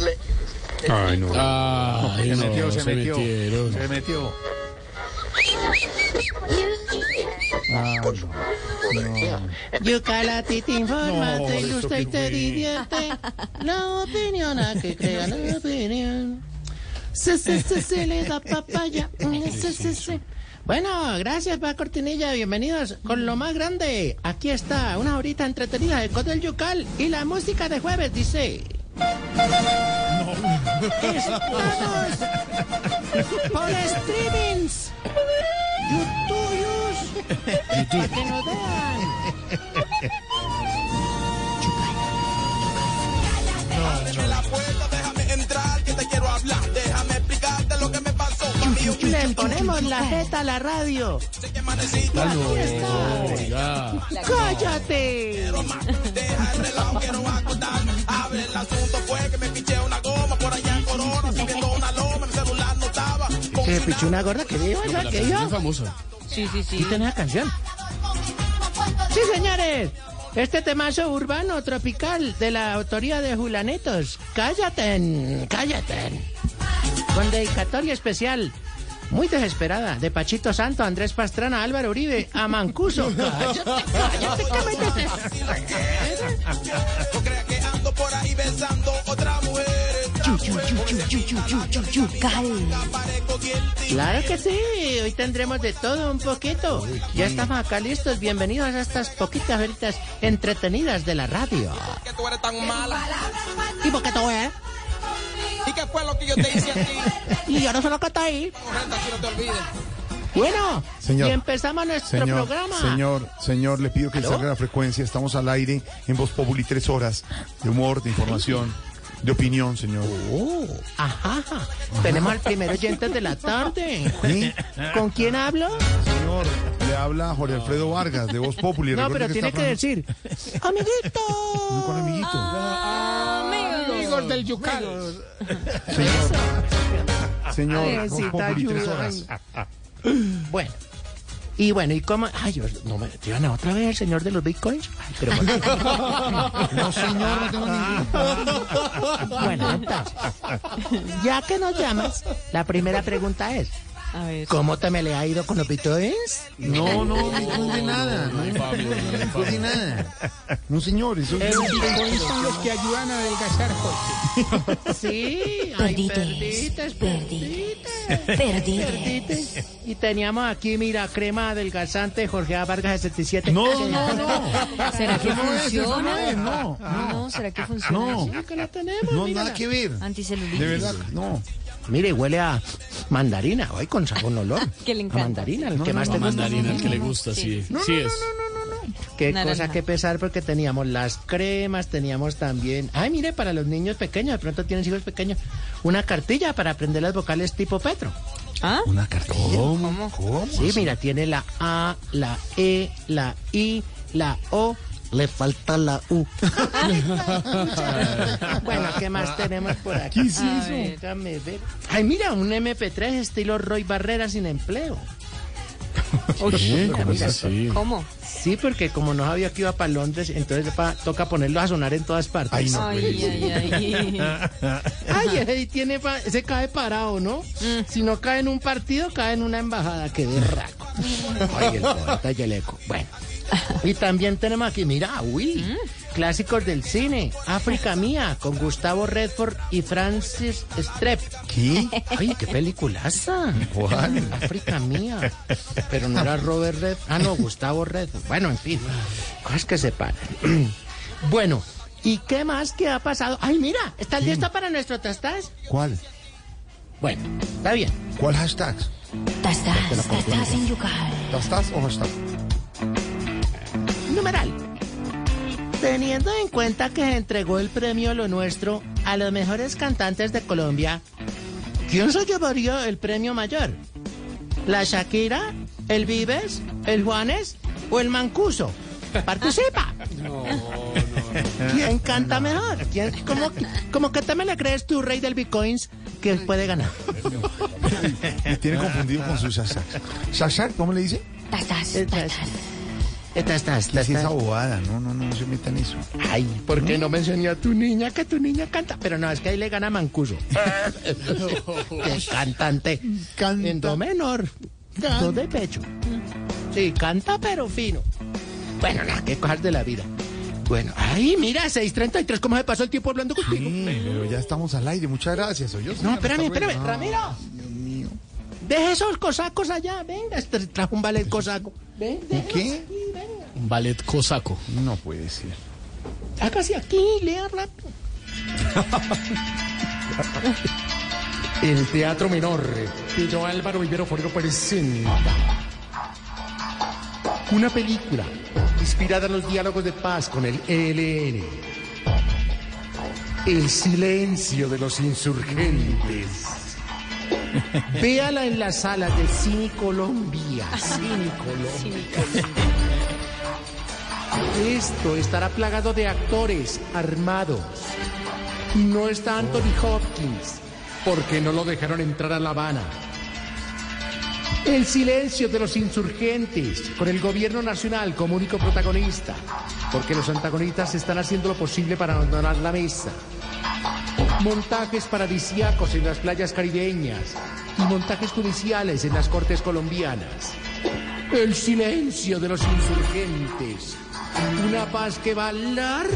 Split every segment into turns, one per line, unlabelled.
Le-
Ay, no.
Ay, no,
Se metió, se, metió.
metieron.
Se metió.
Ah, no.
Yucalati te informa,
No,
te
eso
ilustra y
qué
te
fue.
divierte. La opinión a que crea la opinión. Se, se, se, se le da papaya. Se, se, se. Bueno, gracias, para Cortinilla. Bienvenidos con lo más grande. Aquí está una horita entretenida de Cod del Yucal y la música de jueves dice. Estamos por streamings, YouTube, para que nos vean. Le ponemos la jeta a la radio. Aquí está.
Oiga.
¡Cállate! Se pichó una gorda que dijo, ¿verdad? Que
Es
yo.
famosa.
Sí, sí, sí.
Y tenés la canción. Sí, señores. Este temazo urbano tropical de la autoría de Julanetos. Cállate, cállate. Con dedicatoria especial. Muy desesperada, de Pachito Santo, Andrés Pastrana, Álvaro Uribe, a Mancuso. Cállate, cállate, que me Claro que sí, hoy tendremos de todo un poquito. Ya estamos acá listos, bienvenidos a estas poquitas horitas entretenidas de la radio.
Que tú eres tan mala.
¿Y por qué te voy a-
¿Y qué fue lo que yo te hice a ti?
Y yo no solo que está ahí.
Correcta, que no te olvides.
Bueno,
Señor.
y empezamos nuestro
Señor,
programa.
señor, señor, le pido que salga la frecuencia. Estamos al aire en Voz Populi tres horas de humor, de información, de opinión, señor.
Ajá, tenemos al primer oyente de la tarde.
¿Sí?
¿Con quién hablo?
Señor, le habla Jorge Alfredo Vargas de Voz Populi.
No,
Recuerde
pero tiene
está
que
hablando
decir, Ah, amiguito.
con amiguito.
Amigos del Yucal.
Señor, Voz
Necesita
Populi tres
ayuda.
horas.
Bueno. Y bueno, ¿y cómo? Ay, yo, no me tiran otra vez el señor de los bitcoins. Ay, pero bueno.
No, señor, no tengo ningún.
Bueno, entonces, ya que nos llamas, la primera pregunta es,
A ver.
¿cómo te me le ha ido con los bitcoins?
No, no, no incluye nada. No incluye nada.
No, señor, eso es.
Bitcoin son los que ayudan a adelgazar, Jorge.
Sí,
Perdites,
perdites, perdites,
Perdites.
perdites. Y teníamos aquí, mira, crema adelgazante Jorge A. Vargas de 77.
No, no, no.
¿Será que
Eso no es, eso no
funciona?
es, no, no.
No, ¿será que funciona?
No.
Sí, Ah, que la tenemos,
No,
mírala. Ah,
nada que ver.
Anticelulitis.
De verdad, no.
Mire, huele a mandarina, hoy con sabón olor.
Que le encanta,
A mandarina, el
sí.
que
No,
más
no,
te
La
gusta.
mandarina, el que le gusta, sí. Sí es.
Qué
Naranja.
cosa que pesar porque teníamos las cremas, teníamos también, ay mire, para los niños pequeños, de pronto tienes hijos pequeños, una cartilla para aprender las vocales tipo Petro.
¿Ah?
Una cartilla. ¿Cómo? ¿Cómo?
Sí, mira, tiene la A, la E, la I, la O. Le falta la U. bueno, ¿qué más tenemos por aquí?
¿Qué es
A
eso?
ver.
Déjame ver. Ay, mira, un MP3 estilo Roy Barrera sin empleo.
¿Eh? ¿Cómo es
mira.
eso?
Sí.
¿Cómo?
Sí, porque como no sabía que iba para Londres, entonces pa- toca ponerlo a sonar en todas partes.
Ay, no.
Ay, ay, ay.
Ay, ahí tiene pa- se cae parado, ¿no? Si no cae en un partido, cae en una embajada, que de raco. Ay, el poeta y el eco. Bueno. Y también tenemos aquí, mira, Willy, clásicos del cine, África Mía, con Gustavo Redford y Francis Strepp.
¿Qué?
Ay, qué peliculaza.
¿Cuál?
África mía. Pero no era Robert Red. Ah, no, Gustavo Red. Bueno, en fin. Cosas que se paran. Bueno, ¿y qué más que ha pasado? Ay, mira, ¿estás listo para nuestro tastas?
¿Cuál?
Bueno, está bien.
¿Cuál hashtag?
Tastas, tastas en yucal.
¿Tastas o hashtag?
Numeral. Teniendo en cuenta que se entregó el premio Lo Nuestro a los mejores cantantes de Colombia, ¿quién se llevaría el premio mayor? ¿La Shakira? ¿El Vives? ¿El Juanes? ¿O el Mancuso? Participa. ¿Quién canta mejor? ¿Quién, cómo, cómo que te me le crees tú, rey del Bitcoins, que puede ganar?
Me tiene confundido con su Shashak. ¿Shashak? ¿Cómo le dice?
Tastas,
Eh,
tastas.
Estás, estás,
¿Qué es
estás.
esa bobada? No, no, no, no se metan en eso.
Ay, ¿por qué no mencioné a tu niña que tu niña canta? Pero no, es que ahí le gana Mancuso. Qué cantante.
Canta.
En do menor. Do de pecho. Sí, canta pero fino. Bueno, nada, qué cosas de la vida. Bueno, ay, mira, 6.33, ¿cómo se pasó el tiempo hablando contigo?
Pero ya estamos al aire, muchas gracias. ¿oyó?
No,
señora,
espérame,
está
espérame,
bueno.
Ramiro. Deje esos cosacos allá, venga, este trajo un ballet cosaco. Ven, déjelos
qué?
aquí, venga.
Un ballet cosaco.
No puede ser.
Hágase aquí, lea rápido.
El Teatro Menor. Pedro Álvaro Vivero Forero presenta. Una película inspirada en los diálogos de paz con el ELN. El silencio de los insurgentes. Véala en las salas de Cine Colombia. Cine Colombia. Esto estará plagado de actores armados. No está Anthony Hopkins, porque no lo dejaron entrar a La Habana. El silencio de los insurgentes, con el gobierno nacional como único protagonista, porque los antagonistas están haciendo lo posible para abandonar la mesa. Montajes paradisíacos en las playas caribeñas y montajes judiciales en las cortes colombianas. El silencio de los insurgentes. Una paz que va larga,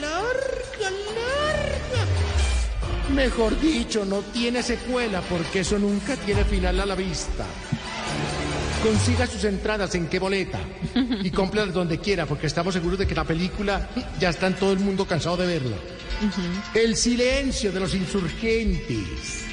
larga, larga. Mejor dicho, no tiene secuela porque eso nunca tiene final a la vista. Consiga sus entradas en qué boleta y cómpralas donde quiera porque estamos seguros de que la película ya está en todo el mundo cansado de verla. El silencio de los insurgentes.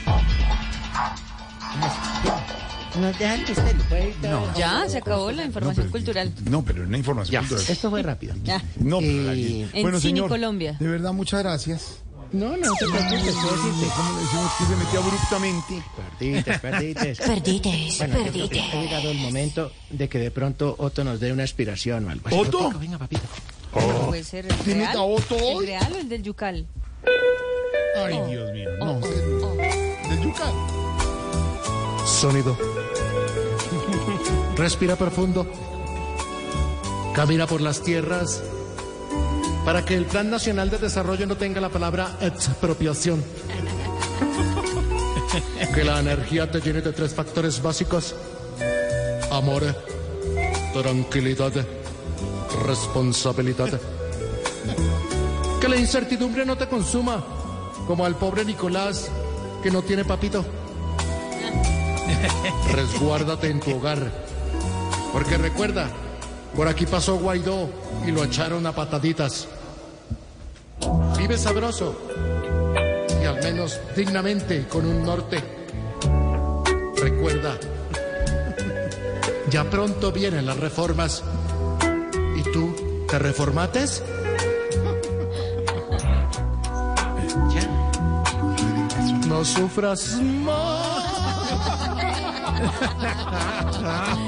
No dejan que esté el puerto.
Ya, se acabó la
No,
información
pero-
cultural.
No, pero una información
Ya.
cultural.
Esto fue rápido.
Ya.
No, pero
Eh,
alguien-
en
bueno,
Cine
señor,
Colombia.
De verdad, muchas gracias.
No, no te preocupes, puedo decirte.
Como le decimos que se metió abruptamente.
Perdites, perdites.
Perdites,
Bueno, yo creo que ha
perdites.
llegado el momento de que de pronto Otto nos dé una inspiración o algo así.
¿Otto?
Otto, Venga, papito.
No puede ser el
¿Tiene
real.
taoto hoy?
¿El real o el del Yucal? Oh.
Ay, Dios mío. No, del yuca.
Sonido. Respira profundo. Camina por las tierras para que el Plan Nacional de Desarrollo no tenga la palabra expropiación. Que la energía te llene de tres factores básicos. Amor, tranquilidad, responsabilidad. Que la incertidumbre no te consuma, como al pobre Nicolás que no tiene papito. Resguárdate en tu hogar. Porque recuerda, por aquí pasó Guaidó y lo echaron a pataditas. Vive sabroso y al menos dignamente con un norte. Recuerda, ya pronto vienen las reformas. ¿Y tú te reformates? No sufras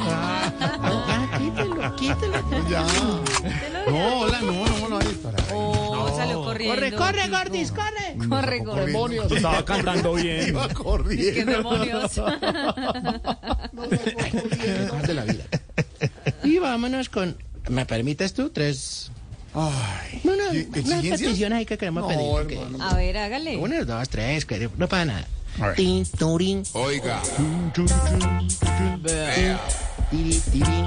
Ya, quítelo, quítelo.
Ya. No, hola, no, no, no, ahí para.
Oh, salió corriendo.
Corre, corre, Gordis, corre.
Corre,
No,
corre.
demonios.
Estaba cantando bien.
Iba corriendo.
¡Qué demonios!
de la vida.
Y vámonos con. ¿Me permites tú? Tres.
Ay.
No, no,
¿Y-
una
exigencias?
petición ahí que queremos
No,
pedir. ok.
hermano.
A ver, hágale.
Uno, dos, tres, que no pasa nada.
A ver.
Tin, turín,
Oiga,
tin, tiri, tirín.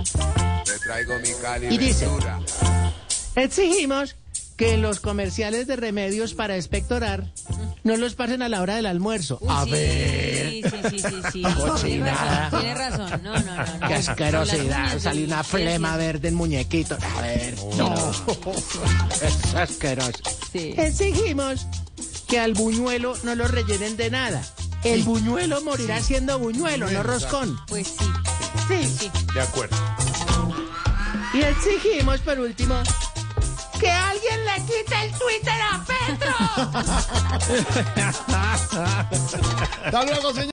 le traigo mi cali
Y dice- Exigimos que los comerciales de remedios para expectorar no los pasen a la hora del almuerzo.
Uy,
A
sí,
ver.
Sí, sí, sí, sí, sí.
Cochinada.
Tiene razón, tiene razón. No, no, no. no.
Qué asquerosidad.
Las
Salió una
uñas,
flema verde en muñequito. A ver. No. Es asqueroso.
Sí.
Exigimos que al buñuelo no lo rellenen de nada. El buñuelo morirá siendo buñuelo, no roscón.
Pues sí.
Sí.
sí.
De acuerdo.
Y exigimos, por último, que alguien le quite el Twitter a Petro.
Hasta luego, señor.